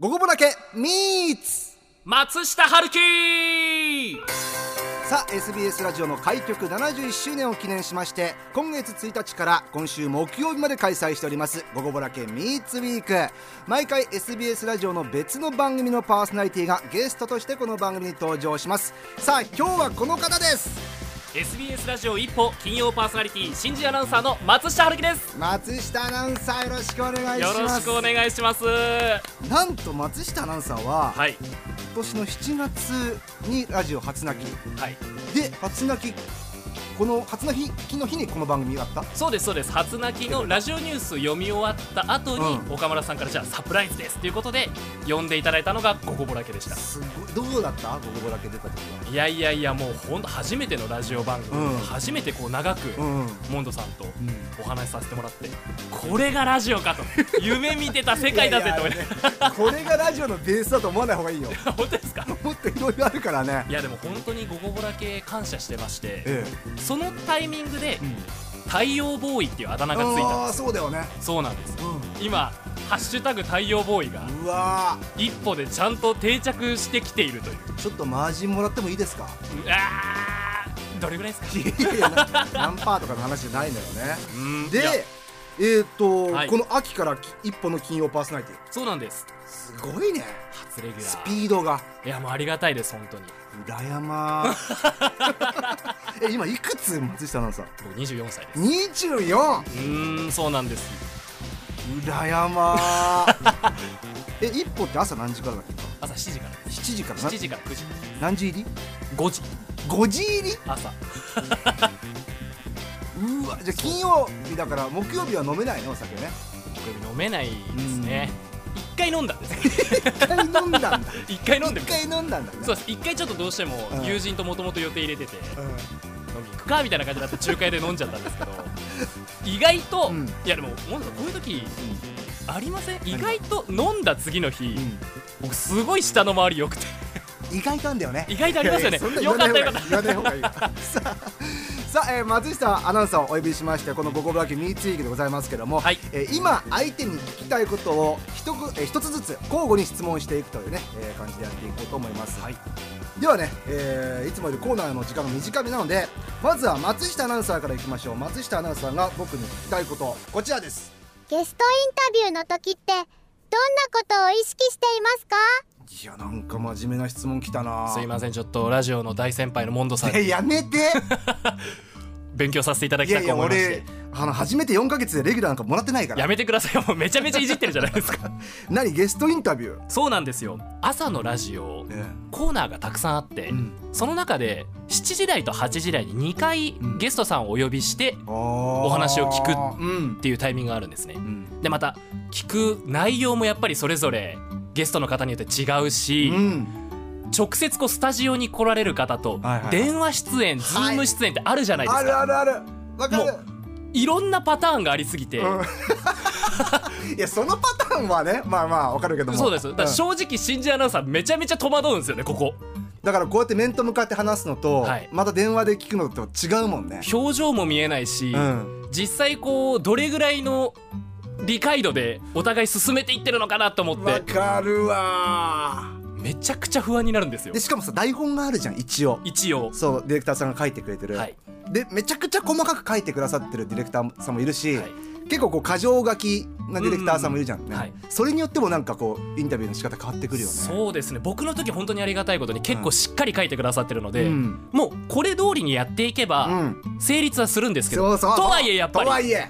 ゴゴボラケミーツ松下春樹さあ SBS ラジオの開局71周年を記念しまして今月1日から今週木曜日まで開催しております「ゴゴボラケミーツウィーク」毎回 SBS ラジオの別の番組のパーソナリティがゲストとしてこの番組に登場しますさあ今日はこの方です SBS ラジオ一歩金曜パーソナリティ新人アナウンサーの松下春樹です松下アナウンサーよろしくお願いしよろましすくお願いしますはなんと松下アナウンサーは、い今年の7月にラジオ初泣きはいで初泣きこの初泣きの日にこの番組があったそうですそうです初泣きのラジオニュース読み終わった後に、う岡村さんからじゃあサプライズですということで呼んでいただいたのがゴゴボラケでしたすごいどうだったゴゴボラケ出た時いやいやいやもう本当初めてのラジオ番組、うん初めてこう長く、はうんモンドさんとお話しさせてもらって、これがラジオかと夢見てた世界だぜと 思いながらこれがラジオのベースだと思わない方がいいよ本当ですかもっといろいろあるからねいやでも本当にゴゴボラ系感謝してましてえそのタイミングでえ、太陽ボーイっていうあだ名がついたんあであそうだよね、すそうなんですう今「ハッシュタグ太陽ボーイ」がん、うわ一歩でちゃんと定着してきているというーちょっとマージンもらってもいいですか うわーどれぐらいですかいやいやな何パーとかの話じゃないのよねうんいやでえっ、と、はいこの秋からき一歩の金曜パーソナリティそうなんですすごいね初レギュスラーピードがいやもうありがたいです本当に羨ま え今いくつ松下アナウンサー僕24歳です 24! うーんそうなんです羨ま え一歩って朝何時からだっけ朝7時から7時からな7時から9時何時入り5時 ?5 時入り朝うわじゃあ金曜日だから木曜日は飲めないねお酒ね僕飲めないですね一回飲んだんです一回飲んだんだ一回飲んで一みた回飲んだんだねそうです一回ちょっとどうしてもうん友人ともともと予定入れててうん飲み行くかみたいな感じになって仲介で飲んじゃったんですけど 意外と、うんいやでももうこういう時ありません意外と飲んだ次の日、う僕すごい舌の周り良くて ん意外とあんだよね意外とありますよねいやいやよかったよかっそんな言わない方がいい言わない方がいいわさあさあ、えー松下アナウンサーをお呼びしましてこの「ゴゴブラキミーツウィーク」でございますけども、はいえー今相手に聞きたいことを一く、えー一つずつ交互に質問していくというね、えー感じでやっていこうと思います、はいではね、えーいつもよりコーナーの時間が短めなのでまずは松下アナウンサーからいきましょう松下アナウンサーが僕に聞きたいことこちらですゲストインタビューの時ってどんなことを意識していますかいやなんか真面目な質問きたなすいませんちょっとラジオの大先輩のモンドさんえやめて勉強させていただいきやたいくや思いまして俺あの初めて4か月でレギュラーなんかもらってないからやめてくださいもうめちゃめちゃいじってるじゃないで すか何ゲストインタビュー、そうなんですよ朝のラジオコーナーがたくさんあって、うんその中で7時台と8時台に2回うんゲストさんをお呼びしておお話を聞くうんっ、ていうタイミングがあるんですねうんでまた聞く内容もやっぱりそれぞれゲストの方によって違うし、うん直接こうスタジオに来られる方とはいはい電話出演、ズーム出演ってあるじゃないですあか、るあるあるわかるもい、ろんなパターンがありすぎて、うん いやそのパターンはねまあまあわかるけどもそうですだからん正直新人アナウンサーめちゃめちゃ戸惑うんですよねここだからこうやって面と向かって話すのと、はいまた電話で聞くのと違うもんね表情も見えないし、うん実際こうどれぐらいの理解度でお互い進めていってるのかなと思っわてかるわめちゃくちゃ不安になるんですよでしかもさ台本があるじゃん一応一応そうディレクターさんが書いてくれてる、はいでめちゃくちゃ細かく書いてくださってるディレクターさんもいるし、はい結構こう過剰書きなディレクターさんもいるじゃんね、うんはいそれによってもなんかこうインタビューの仕方変わってくるよねそうですね僕の時本当にありがたいことに結構しっかり書いてくださってるので、うんもうこれ通りにやっていけばん、成立はするんですけど、そうそうとはいえやっぱとはりいえ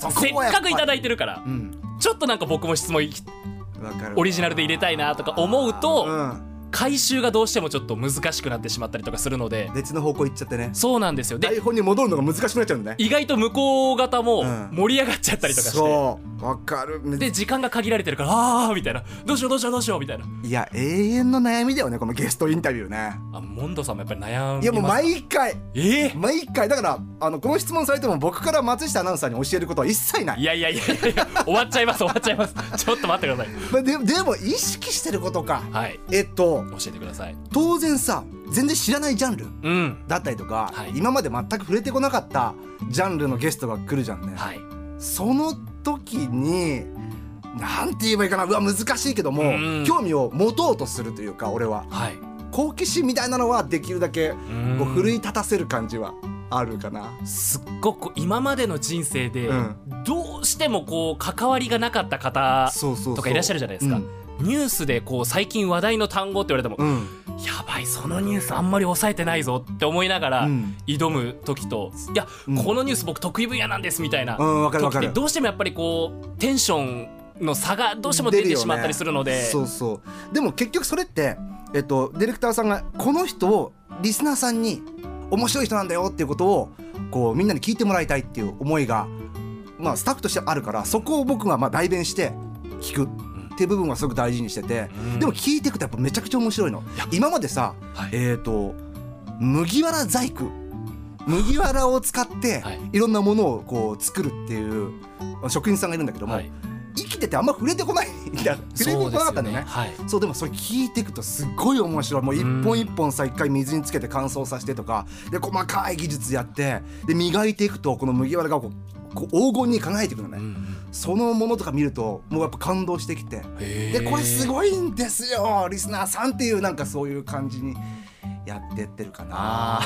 そせっこはやかくいただいいてるからうんちょっとなんか僕も質問いわかるオリジナルで入れたいなとか思うとうん、回収がどうしてもちょっと難しくなってしまったりとかするので別の方向行っちゃってねそうなんですよで台本に戻るのが難しくなっちゃうんだね意外と向こう方もうん盛り上がっちゃったりとかして。そうわかるで時間が限られてるからああみたいなどうしようどうしようどうしようみたいないや永遠の悩みだよねこのゲストインタビューねあモンドさんもやっぱり悩みますいやもう毎回ええ毎回だからあのこの質問されても僕から松下アナウンサーに教えることは一切ないいやいやいやいやいや終わっちゃいます 終わっちゃいますちょっと待ってくださいまあででも意識してることかはいえっと教えてください当然さ全然知らないジャンルうんだったりとか、はい今まで全く触れてこなかったジャンルのゲストが来るじゃんね、はいその時になんて言えばいいかなうわ難しいけども、うん興味を持とうとするというか俺ははい好奇心みたいなのはできるだけんこう奮い立たせる感じはあるかな。すっごく今までの人生で、うんどうしてもこう関わりがなかった方そうそうそうとかいらっしゃるじゃないですかうんニュースでこう最近話題の単語って言われても、うんやばいそのニュースあんまり抑えてないぞって思いながらうん挑む時と、いや、うんこのニュース僕得意分野なんですみたいなうんわかるわ時かってるどうしてもやっぱりこうテンションの差がどうしても出てしまったりするので出よねそうそうでも結局それって、えっと、ディレクターさんがこの人をリスナーさんに面白い人なんだよっていうことをこうみんなに聞いてもらいたいっていう思いが、まあ、スタッフとしてあるからそこを僕がまあ代弁して聞くっていう部分はすごく大事にしてて、うんでも聞いていくとやっぱめちゃくちゃ面白いのいや。今までさ、はいえっ、と麦わら細工麦わらを使って、はいい、ろんなものをこう作るっていう職員さんがいるんだけども、はい生きててあんま触れて こない触れてこなかったんだよねそうですよねそうでもそれ聞いていくとすっごい面白いもう一本一本さ一回水につけて乾燥させてとかで細かい技術やってで磨いていくとこの麦わらがこうこう黄金に輝いてくるのはいね、そのものとか見るともうやっぱ感動してきてでこれすいごいんですよリスナーさんっていうなんかそういう感じにやってってるかな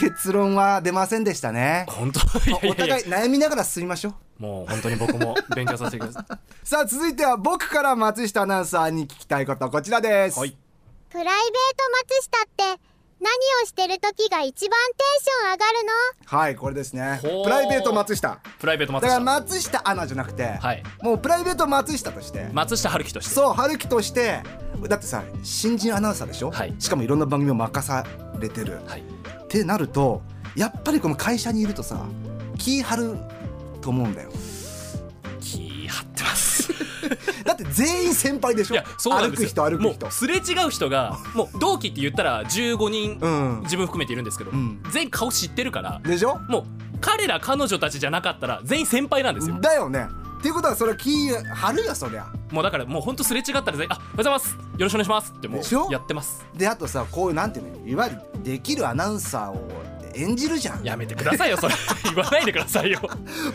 結論は出ませんでしたね 本当まあおいやいや互いいや悩みながら進みましょうもう本当に僕も勉強させてくださ いさあ続いては僕から松下アナウンサーに聞きたいことこちらです、はいプライベート松下って何をしてる時が一番テンション上がるのはいこれですねほうプライベート松下プライベートだ松から下、松下アナじゃなくて、はいもうプライベート松下として、松下春樹としてそう春樹としてだってさ新人アナウンサーでしょ、はいしかもいろんな番組を任されてる、はいってなるとやっぱりこの会社にいるとさ気張ると思うんだよ気張っ てますだって全員先輩でしょいやそうな歩んですくよ人歩く人もうすれ違う人がもう同期って言ったら15人、うん自分含めているんですけど、うん全員顔知ってるからでしょもう彼ら彼女たちじゃなかったら全員先輩なんですよ、だよねっていうことはそれは気張るよそりゃもうだからもうほんとすれ違ったら全員「あおはようございますよろしくお願いします」ってもでしょうやってますであとさこういうなんていうのいわゆるできるアナウンサーを演じるじゃんやめてくださいよそれ言わないでくださいよ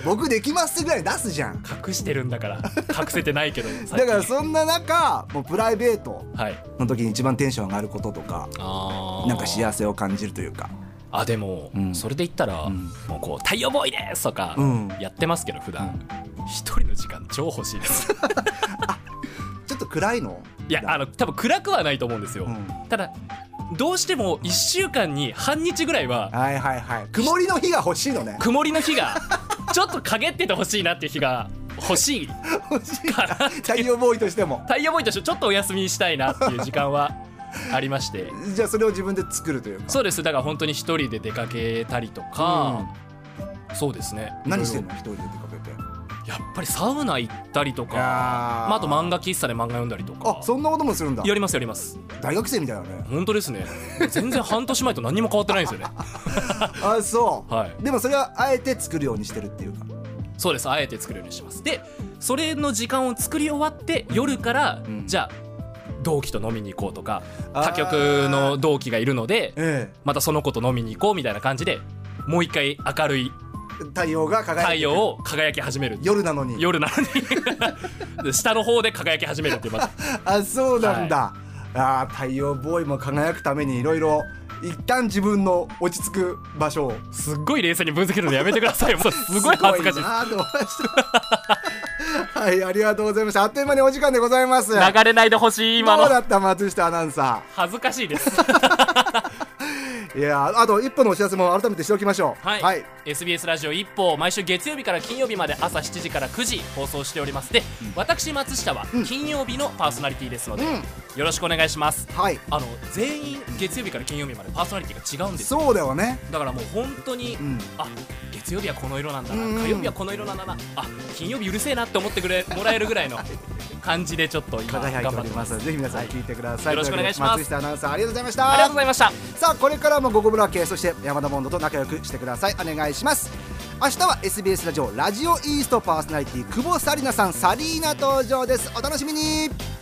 僕できますぐらい出すじゃん隠してるんだから隠せてないけど最近だからそんな中もうプライベートはいの時に一番テンション上がることとかあーなんか幸せを感じるというかあでも、うんそれで言ったら、んもうこう「太陽ボーイです!」とかうんやってますけど普段、一人の時間超欲しいですちょっと暗いのいやあの多分暗くはないと思うんですよ、うんただどうしても1週間に半日ぐらいははいはいはい曇りの日が欲しいのね曇りの日がちょっと陰っててほしいなっていう日が欲しい欲しいな太陽ボーイとしても太陽ボーイとしてちょっとお休みしたいなっていう時間はありましてじゃあそれを自分で作るというかそうですだから本当に一人で出かけたりとか、そうですね何してんいの一人で出かけてろいろやっぱりサウナ行ったりとかいやーまあ、あと漫画喫茶で漫画読んだりとかあそんなこともするんだやりますやります大学生みたいだね本当ですね全然半年前と何も変わってないんですよねあそう、はいでもそれはあえて作るようにしてるっていうかそうですあえて作るようにしてますでそれの時間を作り終わって夜から、うんじゃあ同期と飲みに行こうとかあー他局の同期がいるのでえまたその子と飲みに行こうみたいな感じでもう一回明るいえ太陽が輝いて太陽を輝き始める夜なのに夜なのに 下の方で輝き始めるっていうまたあそうなんだ、あー太陽ボーイも輝くためにいろいろ一旦自分の落ち着く場所をすっごい冷静に分析するのやめてくださいよそうすごい恥すずかしい ごいですなーと思いましたはいありがとうございましたあっという間にお時間でございますど流れないでほしい今うのだった松下アナウンサ恥ずかしいですーいやーあと一歩のお知らせも改めてしておきましょうはい、SBS ラジオ一報毎週月曜日から金曜日まで朝7時から9時放送しておりますで、私松下は金曜日のパーソナリティですので、うんよろしくお願いしますはいあの全員月曜日から金曜日までパーソナリティが違うんですよそうだよねだからもう本当に、んあ月曜日はこの色なんだな、うん火曜日はこの色なんだなあ金曜日うるせえなって思ってくれもらえるぐらいの感じでちょっと今頑輝いて張おってりまますすぜひ皆さん聞いてください、よろしくお願いしますとうことで松下アナウンサーありがとうございましあたりがとうございましたさあこれからも「ゴゴブラ系」そして山田ボンドと仲良くしてくださいお願いします明日は SBS ラジオラジオイーストパーソナリティ久保紗理奈さんサリーナ登場ですお楽しみに